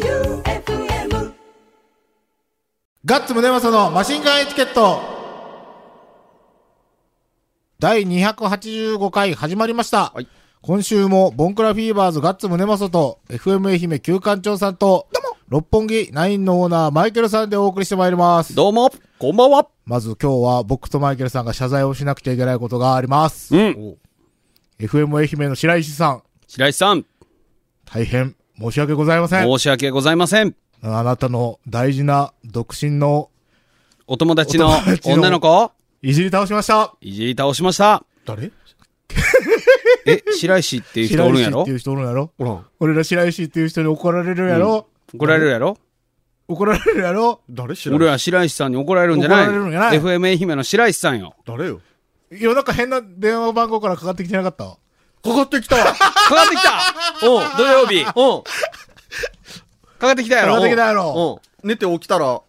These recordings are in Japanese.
J-O-E-U-F-M ガッツムネマソのマシンガンエチケット第285回始まりました。はい今週もボンクラフィーバーズガッツムネマソと FM 愛媛旧館長さんと六本木ナインのオーナーマイケルさんでお送りしてまいります。どうも、こんばんは。まず今日は僕とマイケルさんが謝罪をしなくちゃいけないことがあります。ん。 FM 愛媛の白石さん、白石さん、大変申し訳ございません。申し訳ございません。あなたの大事な独身のお友達のお友達の女の子、いじり倒しました。いじり倒しました。誰え、白石っていう人白おるん石やっろていう人おるんやろおらん。俺ら白石っていう人に怒られるやろ、怒られるやろ怒られるやろ誰知ら俺ないら白石さんに怒られるんじゃない怒られるんじゃない ?FM 愛媛の白石さんよ。誰よ夜中変な電話番号からかかってきてなかったかか ってきたかかってきたお土曜日。かうん。かってきたやかかろってきたやろうん。寝て起きたら、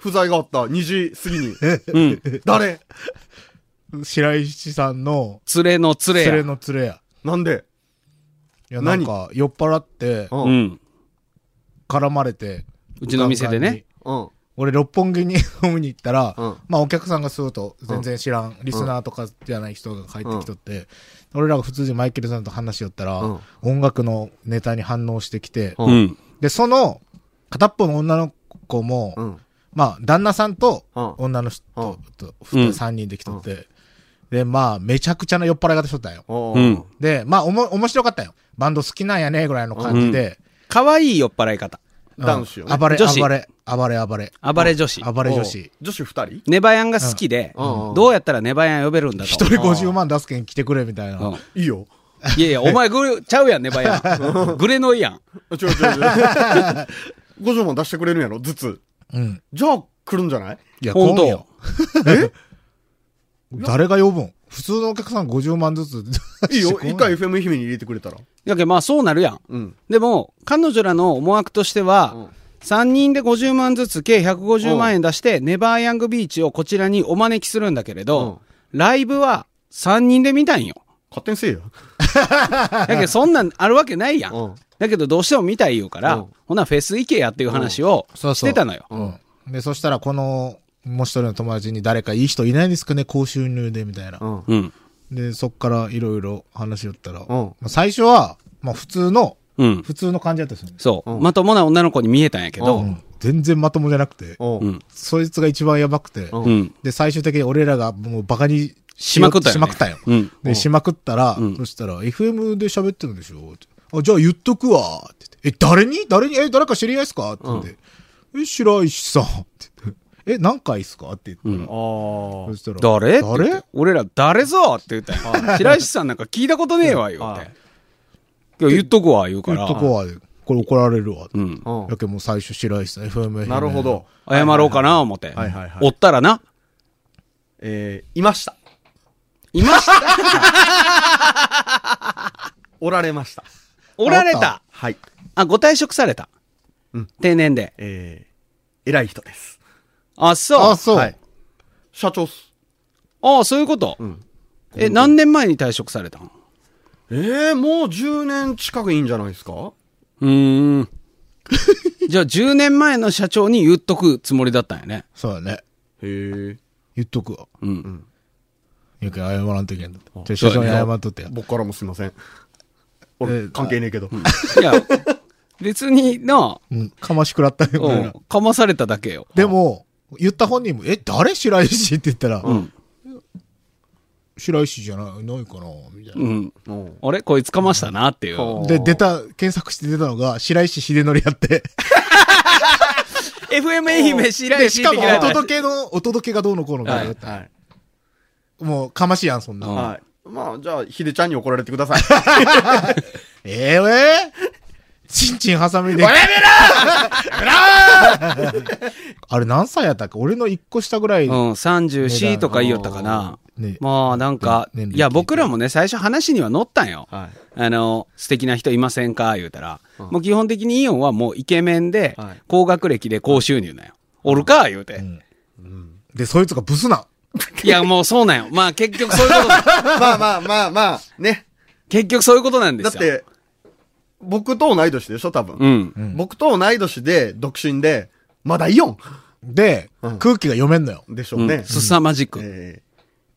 不在があった。2時過ぎに。うん。誰白石さんの連れの連れや。連れの連れや。なんでいや、な何んか酔っ払ってう。うんん。絡まれて。うちの店ガでンガンにね。。うん。俺、六本木に飲みに行ったら、うんまあお客さんがすると全然知らん、リスナーとかじゃない人が帰ってきとって、俺らが普通にマイケルさんと話しよったら、うん音楽のネタに反応してきて、ううん。で、その片っぽの女の子も、うん。まあ、旦那さんと、うん女の人と、うん二人三人で来とって、で、まあ、めちゃくちゃな酔っ払い方しとったんよ。ううん。で、まあ、おも、面白かったよ。バンド好きなんやね、ぐらいの感じで。かわいい酔っ払い方。うん男子よね暴れ、女子暴れ、暴れ、暴れ。暴れ女子。暴れ女子。女子2人ネバヤンが好きで、うんうんどうやったらネバヤン呼べるんだと。一人50万出すけん来てくれ、みたいうんな。いいよ。 いやいや、お前グレ、ちゃうやん、ネバヤン。グレノイやん。あ違う違う違う。50万出してくれるんやろずつ。うん。じゃあ、来るんじゃないいや、本今当度。誰が呼ぶん普通のお客さん50万ずつ。いいよ。一一回 FM 姫に入れてくれたら。やけ、まあそうなるやん。うん。でも、彼女らの思惑としては、うん3人で50万ずつ計150万円出して、ネバーヤングビーチをこちらにお招きするんだけれど、ライブは3人で見たいんよ。勝手にせえよ。やけ、そんなんあるわけないやん。うんだけど、どうしても見たい言うから、うんほなフェス行けやっていう話をそうしそうてたのよ。うん。で、そしたら、この、もう一人の友達に誰かいい人いないですかね、高収入で、みたいな。うん。うん。で、そっからいろいろ話しよったら、まんあ最初は、まあ普通の、うん。普通の感じだったんですよね。そう、うんまともな女の子に見えたんやけど、ううん全然まともじゃなくて、う。うんん。そいつが一番やばくて、うんうん。で、最終的に俺らがもうバカにしまくったよ、ね。しまくったよ。うん。で、しまくったら、うんそしたら、FM で喋ってるんでしょってあ、じゃあ言っとくわって言ってえ、誰に誰にえ、誰か知り合いっすかって言って、え、白石さんって言って、え、何回っすかって言ったら、うんあそしたら、誰って言って誰俺ら誰ぞって言ったんや白石さんなんか聞いたことねえわ、言うあて。今日言っとくわ、言うか言ら。っとこわ、これ怒られるわ。うん。あ。やけもう最初白石さん、FM うん。なるほど。。謝ろうかな、思って。はいはいはいおったらな。えー、いました。いました。おられました。おられおったた。はい。あ、ご退職された。うん定年で。えー、偉い人です。あ、そう。あ、そう。はい社長っす。あそういうこと。え、何年前に退職されたんええもう10年近くいいんじゃないですかうーん。 じゃあ10年前の社長に言っとくつもりだったんやね。そうだね。へえ。言っとくわ。うん。ゆき謝らんといけんの。じゃあ、社長に謝っとってや。僕からもすいません。え俺、ー関係ねえけど。いや、別にな、うん、かましくらったよ、う俺らん、かまされただけよ。 でも、言った本人も、え、誰白石って言ったら、うん。白石じゃない、ないかな、みたいうな。ん。うんあれこいつかましたなっていう。ほんで、出た、検索して出たのが、白石秀則や って。 FM 愛媛白で、し石的かも、なお届けの、お届けがどうのこうのか、はいはい。もう、かましいやん、そんな。うんはい。まあ、じゃあ、ひでちゃんに怒られてください。 ええー、えー、ちんちんハサミで。やめろあれ何歳やったっけ俺の一個下ぐらい。うん、34とか言いよったかな。ねまあなんか、年齢いや僕らもね、最初話には乗ったんよ。はあの、素敵な人いませんか言うたら、もう基本的にイオンはもうイケメンで、はい高学歴で高収入なんよ。おるか言うて。で、そいつがブスな。いやもうそうなんよ。まあ結 局そういうこと、まあまあまあまあ、ね。結局そういうことなんでだっすよ。て、僕と同い年でしょ、多分。うん。僕と同い年で、独身で、まだイオンで、空気が読めんのよ。でしょうね。すさまじく。え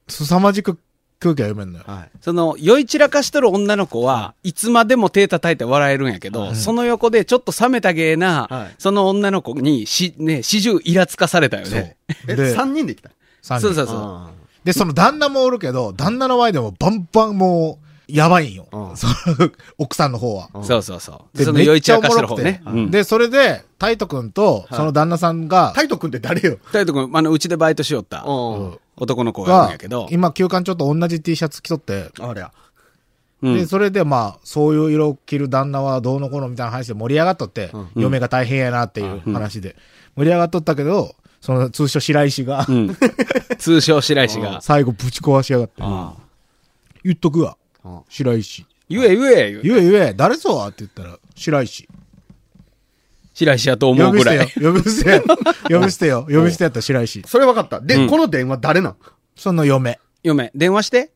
凄まじく空気が読めんのよえ。はい。その、酔い散らかしとる女の子は、いつまでも手叩いて笑えるんやけど、その横でちょっと冷めた芸は、ないその女の子に、し、ね、始終イラつかされたよね。え、で3人で来た。三人そうそうそう。あで、その旦那もおるけど、旦那の前でもバンバンもう、やばいんよ。うんその奥さんの方は。そうそうそう。でその酔い散らかしてる方ね。うんで、それで、タイト君と、その旦那さんあが、タイト君って誰よ二人とも、あの、うちでバイトしよった、うん。男の子がいるんがやけど、今、休館ちょっと同じ T シャツ着とって、ありゃ。うで、ん、それでまあ、そういう色を着る旦那はどうのこうのみたいな話で盛り上がっとって、嫁が大変やなっていう話で、盛り上がっとったけど、その通称白石が、うん通称白石が、最後ぶち壊しやがって、言っとくわうん、白石。言え言え、ゆえゆえ、誰ぞわって言ったら、白石。白石やと思呼うびぐ捨らてよい。。呼び捨てよ。呼び捨 てよ。呼び捨てやったら白石。それ分かった。で、うんこの電話誰なんその嫁。嫁、電話して。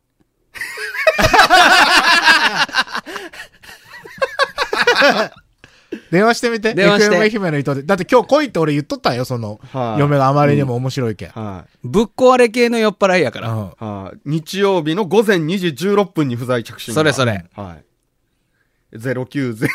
電話してみて。電話して FM 愛媛の人で。だって今日来いって俺言っとったんよ、そのは。い嫁があまりにも面白いけん。はぶっ壊れ系の酔っ払いやから。うんい。はい。日曜日の午前2時16分に不在着信が。それそれ。はい。090。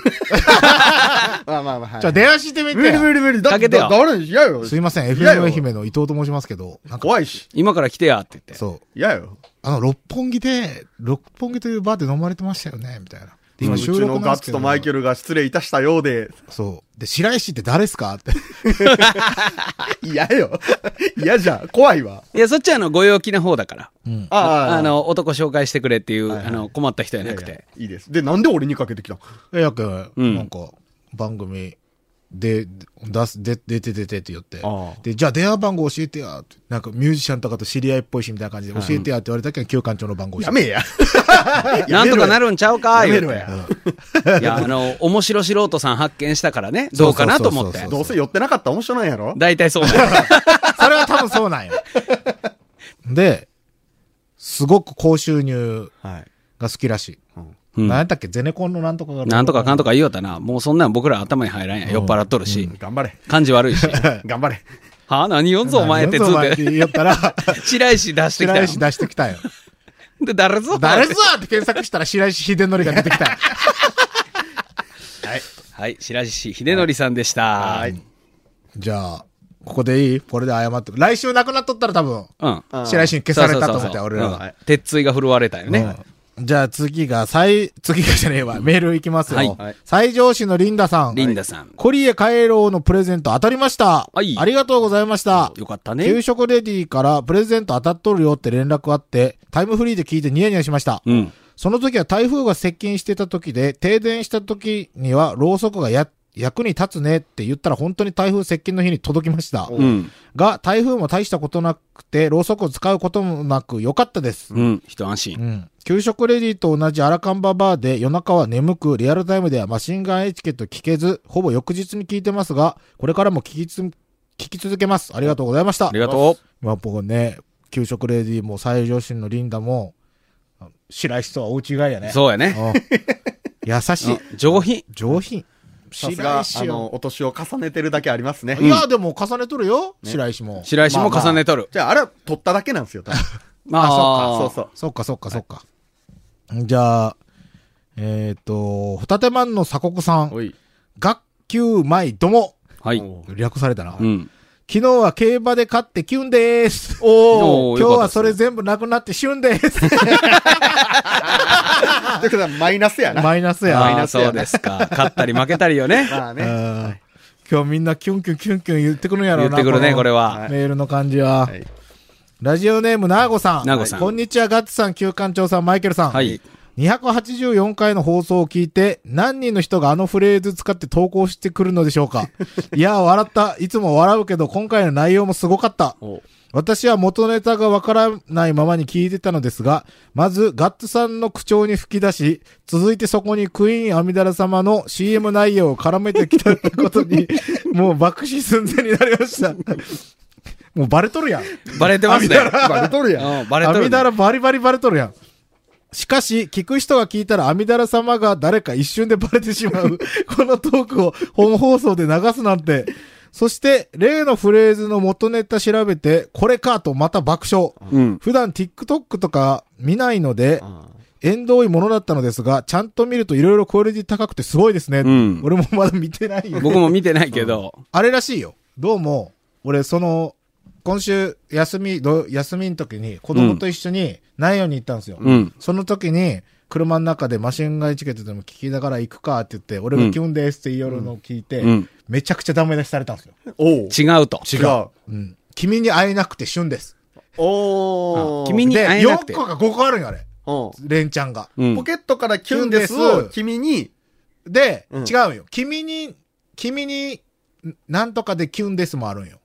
まあまあまあ、はい。じゃあ電話してみ無理無て。理無理。だかけてよだ誰に嫌よ。すいません、嫌 FM よ愛媛の伊藤と申しますけど、なんか、怖いし。今から来てやって言って。そう。嫌よ。あの、六本木で、六本木というバーで飲まれてましたよね、みたいな。でう今ち収録なのんガでッすツけとどマイケルが失礼いたしたようで。そう。で、白石って誰っすかって。 嫌よ。 嫌じゃん。怖いわ。いや、そっちはあの、ご陽気な方だから。ああの、男紹介してくれっていう、はいはいあの、困った人じゃいなやいくやて。いいです。で、なんで俺にかけてきたのえ、やくん、うんなんか、番組で、出す、で、出て出てって言ってああ。で、じゃあ電話番号教えてやって。なんかミュージシャンとかと知り合いっぽいし、みたいな感じで教えてやって言われたけど、旧館長の番号教やえて。めえや。 なんとかなるんちゃうかやめ言うろて。や。いや、あの、面白素人さん発見したからね、どうかなと思っそうそうそうそてう。どうせ寄ってなかったら面白いんやろ大体そうなのそれは多分そう なんよ。で、すごく高収入はい。が好きらしい。うん何やったっけゼネコンのなんとかが。なんとかかんとか言おうたな。もうそんなん僕ら頭に入らんや。酔っ払っとるし。頑張れ。感じ悪いし。頑張れ。はあ、何読んぞお前ってず何やっぞお前ってて。言ったら、白石 出してきた白よ石。出してきたよ。で、誰ぞ誰ぞって検索したら白石秀則が出て きたよ。はい、白石秀則さんでした。はい。じゃあ、ここでいいこれで謝って。来週なくなっとったら多分、うん。ん白石に消されたと思って、そうそうそう俺らうが。ん鉄椎が振るわれたよね。うんじゃあ次が、最、次がじゃねえわ。メールいきますはいよ。最上司のリンダさん。リンダさん。コリエカエローのプレゼント当たりました。はいありがとうございました。よかった給ね。食レディからプレゼント当たっとるよって連絡あって、タイムフリーで聞いてニヤニヤしました。うん。その時は台風が接近してた時で、停電した時にはろうそくがや、役に立つねって言ったら本当に台風接近の日に届きました。うん。が、台風も大したことなくて、ろうそくを使うこともなく良かったです。うん。一う安心。ん。給食レディと同じアラカンババーで夜中は眠く、リアルタイムではマシンガンエチケット聞けず、ほぼ翌日に聞いてますが、これからも聞きつ、聞き続けます。ありがとうございました。ありがとまあ僕ね、給食レディも最上心のリンダも、あの白石とは大違いやう。ね。そうやね。うん。 優しい。うん上品。上品。さす白が、石あよ。の、お年を重ねてるだけありますね。いや、でも重ねとるよ、白石も。白石も重ねとる。じゃあ、あれは取っただけなんですよ、多分まあ、そうあ、か、そうそっかそっかそっか。じゃあ、えっ、と、ホタテマンの鎖国さそう。おん、い。学級前ども、はい。おう略されたな。う昨ん。日は競馬で勝ってキュンでーす。おー今よ日かはったそでれす全部なくなってシュン です。ということは、マイナスやな。マイナスや。あマイあナー、スやそうなですか。勝ったり負けたりよね。まあうね。ん今日みんなキュンキュンキュンキュン言ってくるんやろ言うっな。てくるね、のこれは。メールの感じは。いラジオネーム、なーごさん。なーごさんこんにちは、ガッツさん、旧館長さん、マイケルさん。はい。 284回の放送を聞いて、何人の人があのフレーズ使って投稿してくるのでしょうかいや、笑った。いつも笑うけど、今回の内容もすごかった。私は元ネタがわからないままに聞いてたのですが、まず、ガッツさんの口調に吹き出し、続いてそこにクイーン・アミダラ様の CM 内容を絡めてきたってことに、もう爆死寸前になりました。もうバレとるやん。バレてますね。バレとるやん。うんバレアとミるダね。ラバリバリバレとるやん。しかし、聞く人が聞いたら、アミダラ様が誰か一瞬でバレてしま う、このトークを本放送で流すなんて。そして、例のフレーズの元ネタ調べて、これかとまた爆笑。うん。普段 TikTok とか見ないので、あ縁遠いものだったのですが、ちゃんと見るといろいろクオリティ高くてすごいですね。うん俺もまだ見てないよ。僕も見てないけど。あれらしいよ。どうも、俺、その、今週、休み、ど休みの時に、子供と一緒に、南陽に行ったんですよ。うん。その時に、車の中でマシンガンチケットでも聞きながら行くかって言って、俺がキュンですって言いよるのを聞いて、うん。めちゃくちゃダメ出しされたんですよ。おう。違うと。違う。うん。君に会えなくて旬です。おー。君にで、会えなくて4。個か5個あるんよ、あれ。うんレンちゃんが。うんポケットからキュンですキュンです君に、で、うん違うよ。君に、君に、んなんとかでキュンですもあるんよ。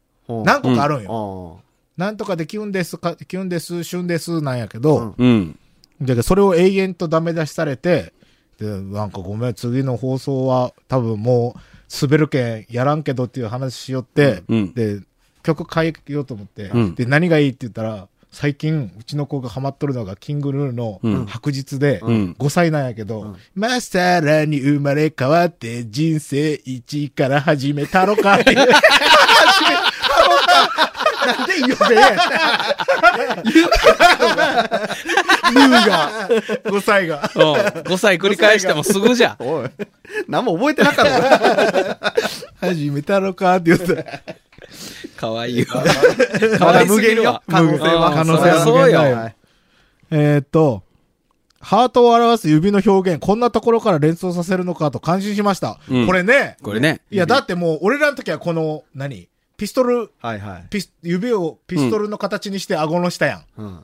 何個かあるんよ。個なんとかでキュンですか、キュンです、旬です、なんやけど、うん。だけどそれを永遠とダメ出しされて、で、なんかごめん、次の放送は多分もう、滑るけん、やらんけどっていう話しよって、うん。で、曲変えようと思って、うんで、何がいいって言ったら、最近、うちの子がハマっとるのが、キングヌーのうん白日で、うん5歳なんやけど、まさらに生まれ変わって、人生一から始めたの かっていう。始めたのかなんで言うべ ヌーが、5歳 が。うん5歳繰り返してもすぐじゃ。おい。 何も覚えてなかったな。始めたのかって言ったら。かわいいわ。かわいすぎるわ。可能性はうん可能性はそ無りゃそう限よだよ。えーっと、ハートを表す指の表現、こんなところから連想させるのかと感心しました。うんこれね、これね。いや、だってもう、俺らの時はこの、何ピストル、はいはい。ピス、指をピストルの形にして顎の下やん。うん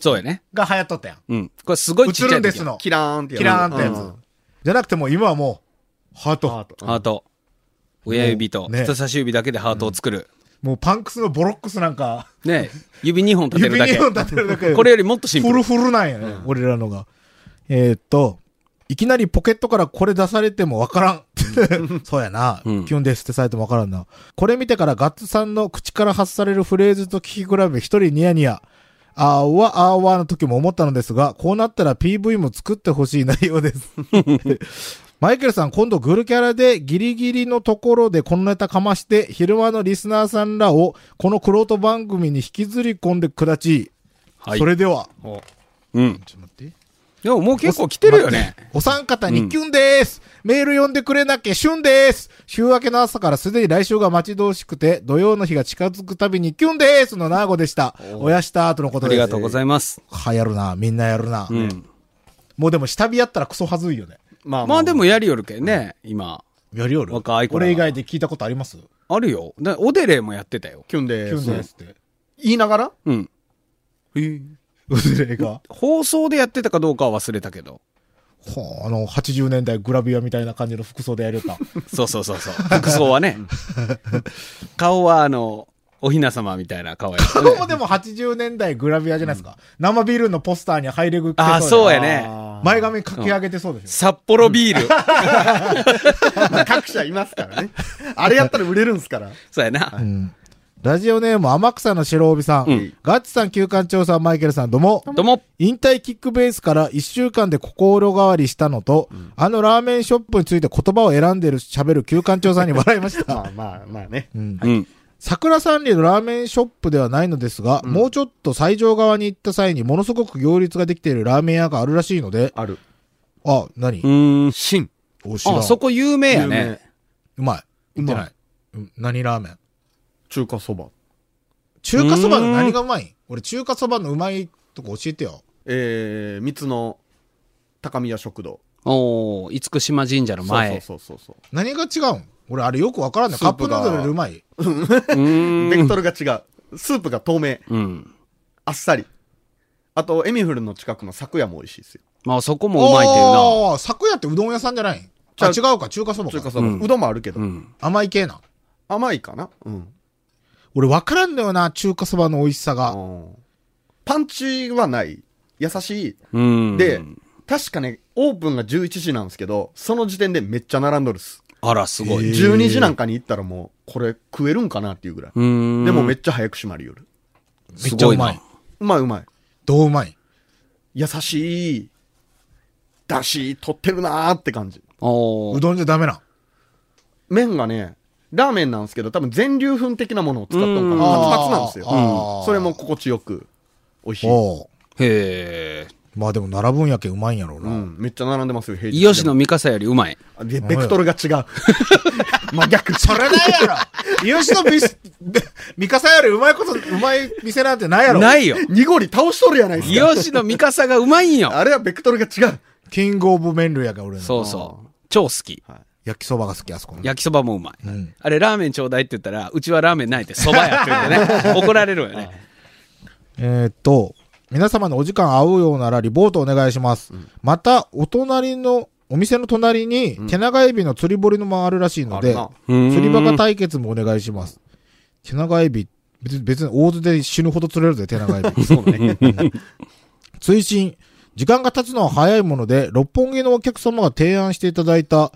そうやね。が流行っとったやん。うん。これすごいち映っちゃるいんです時や。の。キラーンってやつ。キラーンってやつうんじゃなくてもう今はもう、ハート。ハート。ハート。親指とね人差し指だけでハートを作る。もうパンクスのボロックスなんか、ね指2本立て指るだけ2。本立てるだけで。これよりもっとシンプフルル。フルなんやね、俺らのが。えーっと、いきなりポケットからこれ出されてもわからん。 そうやな。うんキュンですってされてもわからんな。これ見てからガッツさんの口から発されるフレーズと聞き比べ一人ニヤニヤ。あーわ、あーわの時も思ったのですが、こうなったら PV も作ってほしい内容 です。マイケルさん、今度グルキャラでギリギリのところでこのネタかまして、昼間のリスナーさんらをこのクロート番組に引きずり込んでくだち。はいそれでは。うん。ちょっと待って。でももう結構来てるよね。お三方にキュンです、メール読んでくれなきゃ旬です週明けの朝からすでに来週が待ち遠しくて、土曜の日が近づくたびにキュンですのナーゴでした。おやした後のこあとでりす。がとうございます。はやるな、みんなやるな。うん。もうでも下火やったらクソはずいよね。まあまあでもやりよるけんね、今。やりよる若い子ら俺以外で聞いたことありますあるよ。だオデレもやってたよ。キュンでキす。ュンですって。言いながらうん。うずれが。放送でやってたかどうかは忘れたけど。ほうあの、80年代グラビアみたいな感じの服装でやるか。そうそ うそうそう。服装はね。顔はあの、お雛様みたいな顔やったねここもでも80年代グラビアじゃないですか。生ビールのポスターにハイレ グ着てああ、そうやね。ね。前髪かき上げてそうでしょ。札幌ビール。各社いますからね。あれやったら売れるんすから。そうやな。ラジオネーム、天草の白帯さん。うんガッツさん、旧館長さん、マイケルさん、どうも。どうも。引退キックベースから1週間で心変わりしたのと、あのラーメンショップについて言葉を選んでる、喋る旧館長さんに笑いました。まあまあまあね。うんうん。桜三里のラーメンショップではないのですが、もうちょっと最上側に行った際にものすごく行列ができているラーメン屋があるらしいので、ある。あ、何うーん。シン。お知らんあ、そこ有名やね。うまい。う言っまいてない。うん何ラーメン中華そば。中華そばの何がうまい俺中華そばのうまいとこ教えてよ。えー、三つの高宮食堂。おお厳島神社の前。そうそうそうそ何が違うん俺あれよくわからんねスカッーププヌがードルよりうまいうーう。んベクトルが違う。スープが透明。うん。あっさり。あと、エミフルの近くの昨夜も美味しいですよ。まあそこもうまいっていうああ、昨夜ってうどん屋さんじゃないんあ、違ちうか、中華そば中華か。そば。うんうどんもあるけど。な。うん。甘い系な。甘いかなうん。俺わからんのよな、中華そばの美味しさが。うんパンチはない。優しうん。い。で、確かね、オープンが11時なんですけど、その時点でめっちゃ並んどるっす。あら、すごい。へえ12時なんかに行ったらもう、これ食えるんかなっていうぐらい。うーん。でもめっちゃ早く閉まる夜。めっちゃうまい。すごなうまいうまい。どううまい優しい。だし、取ってるなーって感じ。おうどんじゃダメなん。麺がね、ラーメンなんですけど、多分全粒粉的なものを使ったのかうんな。パツパツなんですよ。あーうんそれも心地よく、美味しい。おうへえ。まあでも並ぶんやけうまいんやろううな。ん、めっちゃ並んでますよ、平日でも。イオシのミカサよりうまい。あでベクトルが違う。真逆。それないや ろユーシのビス、ミカサよりうまいこと、うまい店なんてないやろな いよ。濁り倒しとるやないですイか。オシのミカサがうまいんよ。あれはベクトルが違う。キングオブ麺類やが俺の。そうそう。超好き。焼きそばが好き、あそこの。焼きそばもうまい。うんあれ、ラーメンちょうだいって言ったら、うちはラーメンないって、そばやって言 ってね。怒られるよね。えーっと、皆様のお時間合うようならリポートお願いします。また、お隣の、お店の隣に、手長エビの釣り堀のもあるらしいのあでるな、釣釣りバカ対決もお願いします。手長エビ、別に、別に大津で死ぬほど釣れるぜ、手長エビ。そうね。 追伸、時間が経つのは早いもので、六本木のお客様が提案していただいた、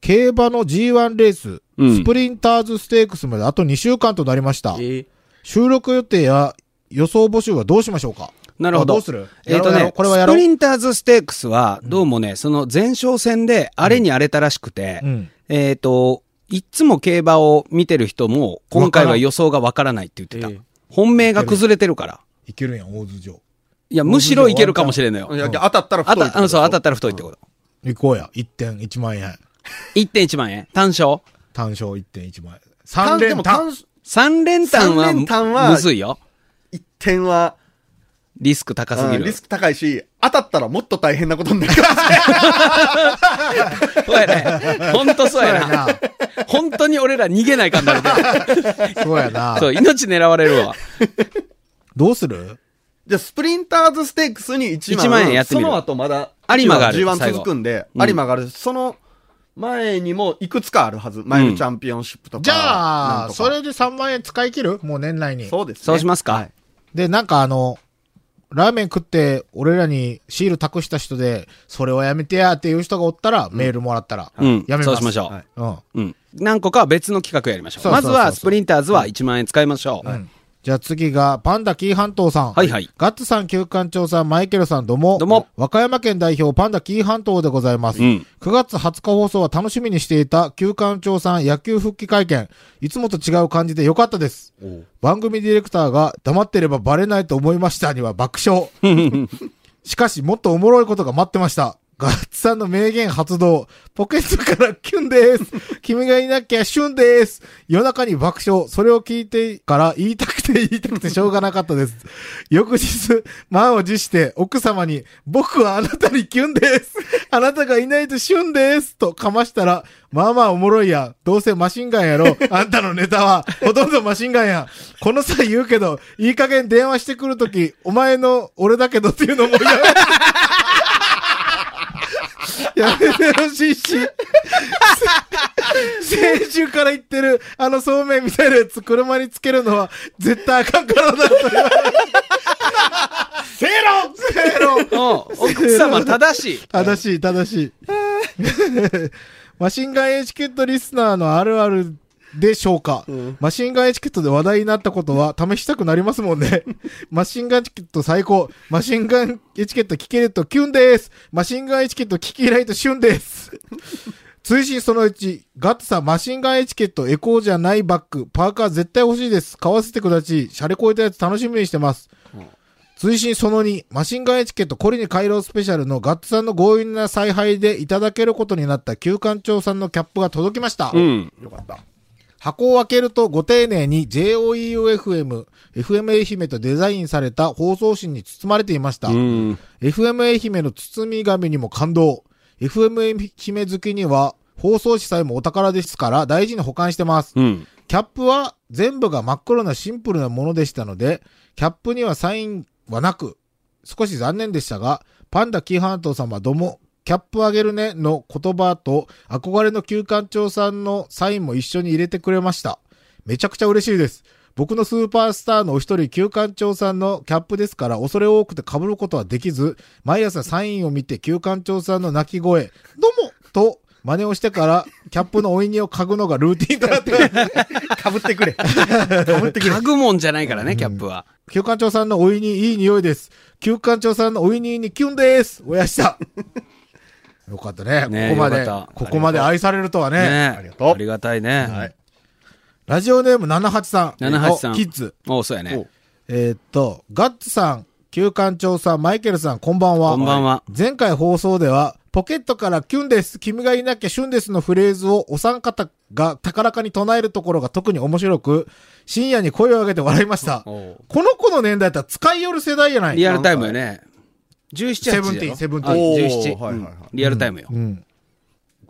競馬の G1 レース、うんスプリンターズステークスまであと2週間となりました。え収録予定や予想募集はどうしましょうかなるほど。あどうするえっ、とやろうやろねう、これはやろうスプリンターズステークスは、どうもね、その前哨戦で荒れに荒れたらしくて、うん。えっ、と、いつも競馬を見てる人も、今回は予想がわからないって言ってた。ええ本命が崩れてるから。いけるやん、大津城。いや、むしろいけるかもしれんのよ。いや当たったらあ太いた、ってことあの、そう、当たっでしょたら太いってこと。行こうや。1.1万円。 1.1万円。単勝。単勝1.1万円。単3で連も単単3連単は、三連単はむずいよ。一点は、リスク高すぎうんリる。スク高いし、当たったらもっと大変なことになるから。 そうやね。ほんとそうやな。本当に俺ら逃げないかんだろ。そうやな そう、命狙われるわ。どうするじゃあ、スプリンターズステークスに1万1万円やってみるその後まだ、有馬がある G1 最後続くんで、うん有馬がある。その前にもいくつかあるはず。前のチャンピオンシップとか。じゃなんあ、とかそれで3万円使い切るもう年内に。そうです、ね。そうしますかはいで、なんかあの、ラーメン食って、俺らにシール託した人で、それをやめてやっていう人がおったら、メールもらったら、うん。やめます。そうしましょう。はいうん。うん。何個かは別の企画やりましょう。そうそうそうそうまずは、スプリンターズは1万円使いましょう。うんじゃあ次が、パンダキー半島さん。はいはいガッツさん、旧館長さん、マイケルさん、どうも。どうも。和歌山県代表、パンダキー半島でございます。うん9月20日放送は楽しみにしていた、旧館長さん野球復帰会見。いつもと違う感じでよかったです。番組ディレクターが、黙ってればバレないと思いましたには爆 笑。しかし、もっとおもろいことが待ってました。ガッツさんの名言発動。ポケットからキュンです。君がいなきゃシュンです。夜中に爆笑。それを聞いてから言いたくて言いたくてしょうがなかったです。翌日、満を持して奥様に、僕はあなたにキュンです。あなたがいないとシュンです。とかましたら、まあまあおもろいや。どうせマシンガンやろ。あんたのネタは、ほとんどマシンガンや。この際言うけど、いい加減電話してくるとき、お前の俺だけどっていうのもやめやめてほしい し、せ先週から言ってる、あのそうめんみたいなやつ車につけるのは絶対あかんからなと言われせーのてるの。うん奥様正しい。正しい、正しい。 マシンガンエチケットリスナーのあるあるでしょうか、マシンガンエチケットで話題になったことは試したくなりますもんね。 マシンガンエチケット最高。マシンガンエチケット聞けるとキュンです。マシンガンエチケット聞きないとシュンです。追伸その1、ガッツさん、マシンガンエチケット、エコーじゃないバッグ、パーカー絶対欲しいです。買わせてください。シャレこいたやつ楽しみにしてます。追伸その2、マシンガンエチケットコリに回廊スペシャルのガッツさんの強引な采配でいただけることになった旧館長さんのキャップが届きました。うん。よかった。箱を開けるとご丁寧に JOEUFM、FM 愛媛とデザインされた包装紙に包まれていました。うん。 FM 愛媛の包み紙にも感動。FM 愛媛好きには放送紙さえもお宝ですから大事に保管してます。うん。キャップは全部が真っ黒なシンプルなものでしたので、キャップにはサインはなく、少し残念でしたが、パンダキーハント様どうも、キャップあげるねの言葉と憧れの旧館長さんのサインも一緒に入れてくれました。めちゃくちゃ嬉しいです。僕のスーパースターのお一人、旧館長さんのキャップですから、恐れ多くて被ることはできず、毎朝サインを見て旧館長さんの泣き声、どうもと、真似をしてから、キャップのおいにを嗅ぐのがルーティンとなってますかぶってくれ。かぶってくれ。家具もんじゃないからね、キャップは。 旧館長さんのお湯にいい匂いです。旧館長さんのお湯にいいにキュンです。おやした。 よかったね。ねここまでよかっ、たここまで愛されるとはね。ねありがとうありがたいね。はい。ラジオネーム783。 78さんおキッズ。おそうやおね。えーっと、ガッツさん、旧館長さん、マイケルさん、こんばんは。こんばんは。前回放送では、ポケットからキュンです、君がいなきゃシュンですのフレーズをお三方が高らかに唱えるところが特に面白く、深夜に声を上げて笑いました。こおの子の年代だったら使いよる世代じゃないリアルタイムやね。17、セブンテ8ィーンやろセブンティあーンおー17はいはいうんはいリアルタイムよ。うん。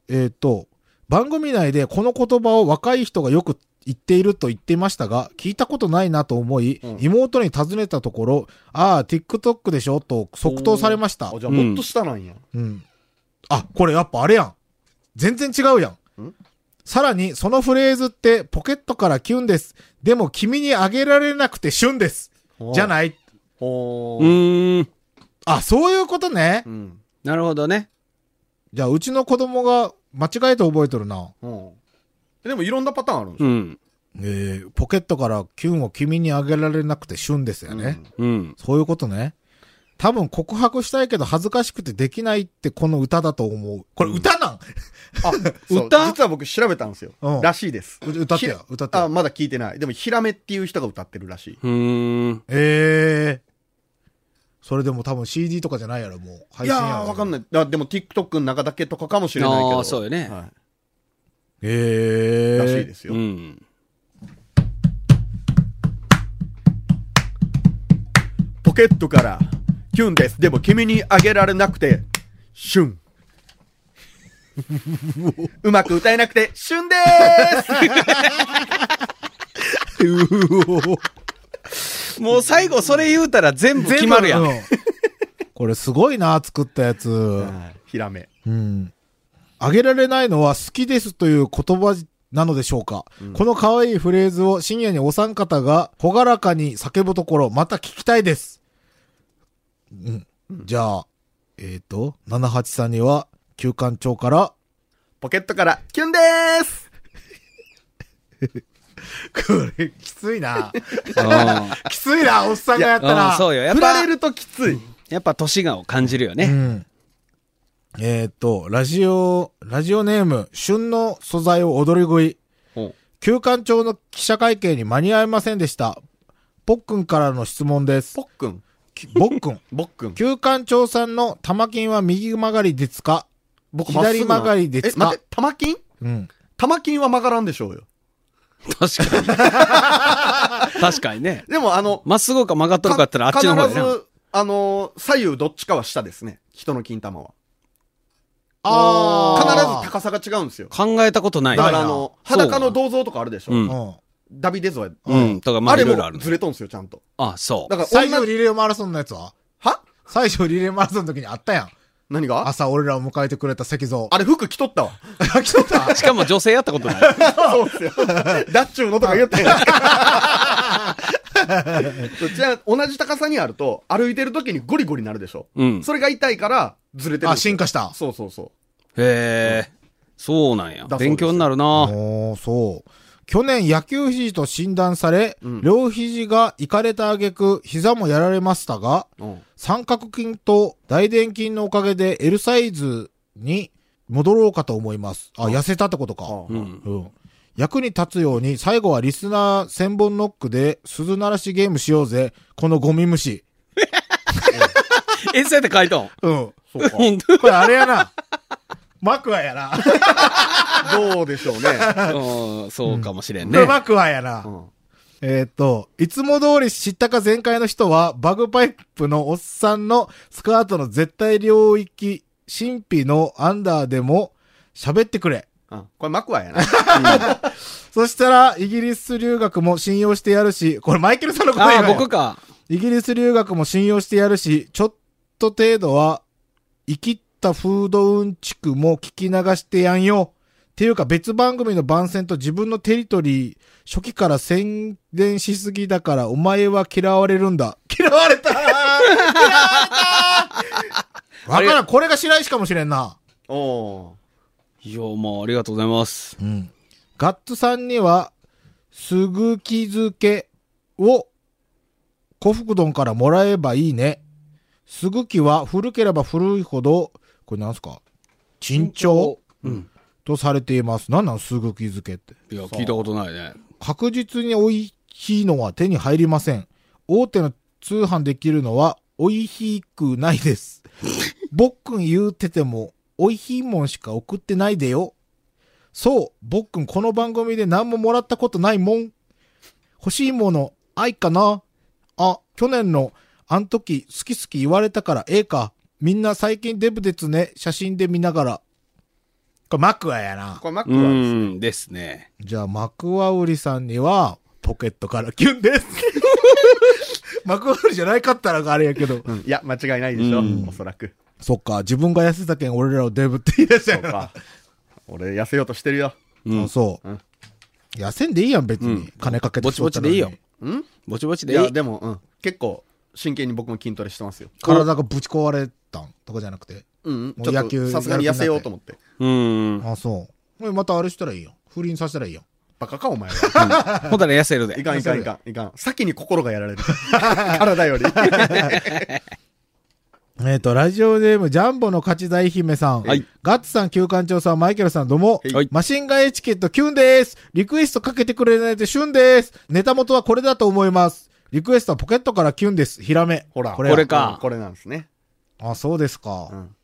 えーっ、と、番組内でこの言葉を若い人がよく言っていると言っていましたが、聞いたことないなと思い、妹に尋ねたところ、ああ、TikTok でしょと即答されましたあ、。じゃあ、もっと下なんや。うん。あ、これやっぱあれやん。全然違うやん。さらに、そのフレーズって、ポケットからキュンです。でも、君にあげられなくて旬です。じゃい。ない。おうーーん。あ、そういうことね。うん。なるほどね。じゃあ、うちの子供が間違えて覚えてるな。うん。でも、いろんなパターンあるんでしうょん。えー、ポケットからキュンを君にあげられなくて旬ですよね。うん。そういうことね。多分告白したいけど恥ずかしくてできないってこの歌だと思う。これ歌なん、あ、そう歌実は僕調べたんですようん。らしいです。う歌ってよひ歌ってよあ、まだ聞いてない。でも、ヒラメっていう人が歌ってるらしい。うーん。ええそれでも多分 CD とかじゃないやろ、もう。い配や信やろ。ー、わかんない。ない。あでも、TikTok の中だけとかかもしれないけあど。ーそうよねはええい。らしいですよう。ん。ポケットから、キュンです。でも君にあげられなくて、シュン。うまく歌えなくて、シュンでもう最後それ言うたら全部決まるや。うんんこれすごいな、作ったやつ。ーすヒラメ。うん。あげられないのは好きですという言葉なのでしょうか、この可愛いフレーズを深夜にお三方がほがらかに叫ぶところ、また聞きたいです。うん。じゃあ、えっ、と、78さんには、休館長から、ポケットから、キュンでーすこれ、きついな。 うんきついな、おっさんがやったうら。んそうよ。やっ振らぱれ、るときつい。やっぱ年がを感じるようね。ん。えーっと、ラジオ、ラジオネーム、旬の素材を踊り食い。お休館長の記者会見に間に合いませんでした。ぽっくんからの質問ですぽ。っくん、きぼっくん。ぼっくん。休館長さんの玉金は右曲がりですか僕左まっすぐな曲がりですえ、か待って、玉金うん。玉金は曲がらんでしょうよ。確かに。確かにね。でも、あの、まっすぐか曲がっとるかって言ったらあっちの方必やな。ず、あのー、左右どっちかは下ですね。人の金玉は。あ必ーず高さが違うんですよ。考えたことないだなかいら、あの、裸そのう銅像とかあるでしょ。うんうん。ダビデゾエ。うん。とか、まああ、いれろいろあもるのずれとんすよ、ちゃんと。あ、そうだ。から、最女初リレーマラソンのやつはは最初リレーマラソンの時にあったやん。何があ朝俺らを迎えてくれた石像。れ、服着とっ たわ。あ、来とったしかも女性やったことない。そうっすよ。 ダッチューのとか 言ったやん。そうじゃあ、同じ高さにあると、歩いてる時にゴリゴリなるでしょ。うん。それが痛いから、ずれてる。あ、進化した。そうそうそへえ。そうなんやだそう。です勉強になるな。おーそう。去年野球肘と診断され、うん両肘がいかれた挙句、膝もやられましたが、う。うん。三角筋と大臀筋のおかげで L サイズに戻ろうかと思います。あ、痩せたってことか。ううんん。うん。役に立つように、最後はリスナー千本ノックで鈴鳴らしゲームしようぜ。このゴミ虫。え、そうやって書いたんうん。そうか。本当これあれや な。マクワやな。どうで しょうね。うんそうかもしれんこねれ。マクワやな。うん。えーっと、いつも通り知ったか全開の人は、バグパイプのおっさんのスカートの絶対領域、神秘のアンダーでも喋ってくれ。うんこれ、マクワやな。そしたら、イギリス留学も信用してやるし、これマイケルさんのことあ言うあ、のよ僕か。イギリス留学も信用してやるし、ちょっと程度は、生きったフードうんちくも聞き流してやんよ。っていうか別番組の番宣と自分のテリトリー、初期から宣伝しすぎだからお前は嫌われるんだ。嫌われた嫌われたわからん、これが白石かもしれんな。おーいや、もうありがとうございます。うん。ガッツさんには、すぐき漬けを、古福丼からもらえばいいね。すぐきは古ければ古いほど、これなんすか珍重うん。とされています。なんなんすぐ気づけって。いや、聞いたことないね。確実においしいのは手に入りません。大手の通販できるのはおいしくないです。 ぼっくん言うてても、おいしいもんしか送ってないでよ。そう、ぼっくんこの番組で何ももらったことないもん。欲しいもの、愛かなあ、去年の、あん時、好き好き言われたからええか。みんな最近デブですね、写真で見ながら。これマクアやな。これマックうは、ん、ですね。じゃあ、マクワウリさんには、ポケットからキュンです。 マクワウリじゃないかったらあれやけど。いや、間違いないでしょ、うんおそらく。そっか、自分が痩せたけん俺らをデブって言い出したよそうなか。俺、痩せようとしてるよ。うあん。そう、うん痩せんでいいやん、別に。うん金かけてぼちぼちでいいよ太っ。んぼちぼちいでいや、い。でも、うん。結構、真剣に僕も筋トレしてますよ。たのに。体がぶち壊れたんとかじゃなくて。うん。もうちょ野っ球と、さすがに痩せようと思って。 うん。あ、そう。おいまたあれしたらいいよ。不倫させたらいいよ。バカか、お前は。ほんたら痩せるいで。かんいかんいかん。いかん。先に心がやら れる。体より。えっ、と、ラジオネーム、ジャンボの勝ち大姫さん。はいガッツさん、旧館長さん、マイケルさん、どうも。はいマシンガンエチケット、キュンです。リクエストかけてくれないで、シュンです。ネタ元はこれだと思います。リクエストはポケットからキュンです。ヒラメ。ほら、これやこれかうんこれなんですね。あ、そうですか。うん。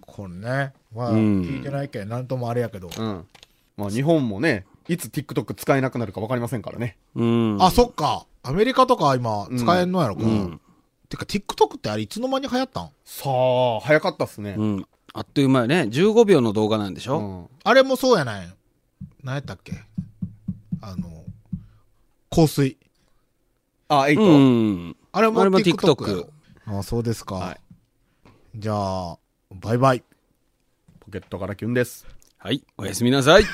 これね。まあ、うん聞いてないけん、なんともあれやけど。うん。まあ、日本もね、いつ TikTok 使えなくなるか分かりませんからね。うん。あ、そっか。アメリカとか今、使えんのやろか。うん。てか、TikTok ってあれ、いつの間に流行ったんさあ、早かったっすね。うん。あっという間よね。15秒の動画なんでしうょん。あれもそうやない。何やったっけあの、香水。あ、エイうト。ん。あれもあれも TikTok。 TikTok ああ、そうですか。はいじゃあ、バイバイ。ポケットからキュンです。はい。おやすみなさい。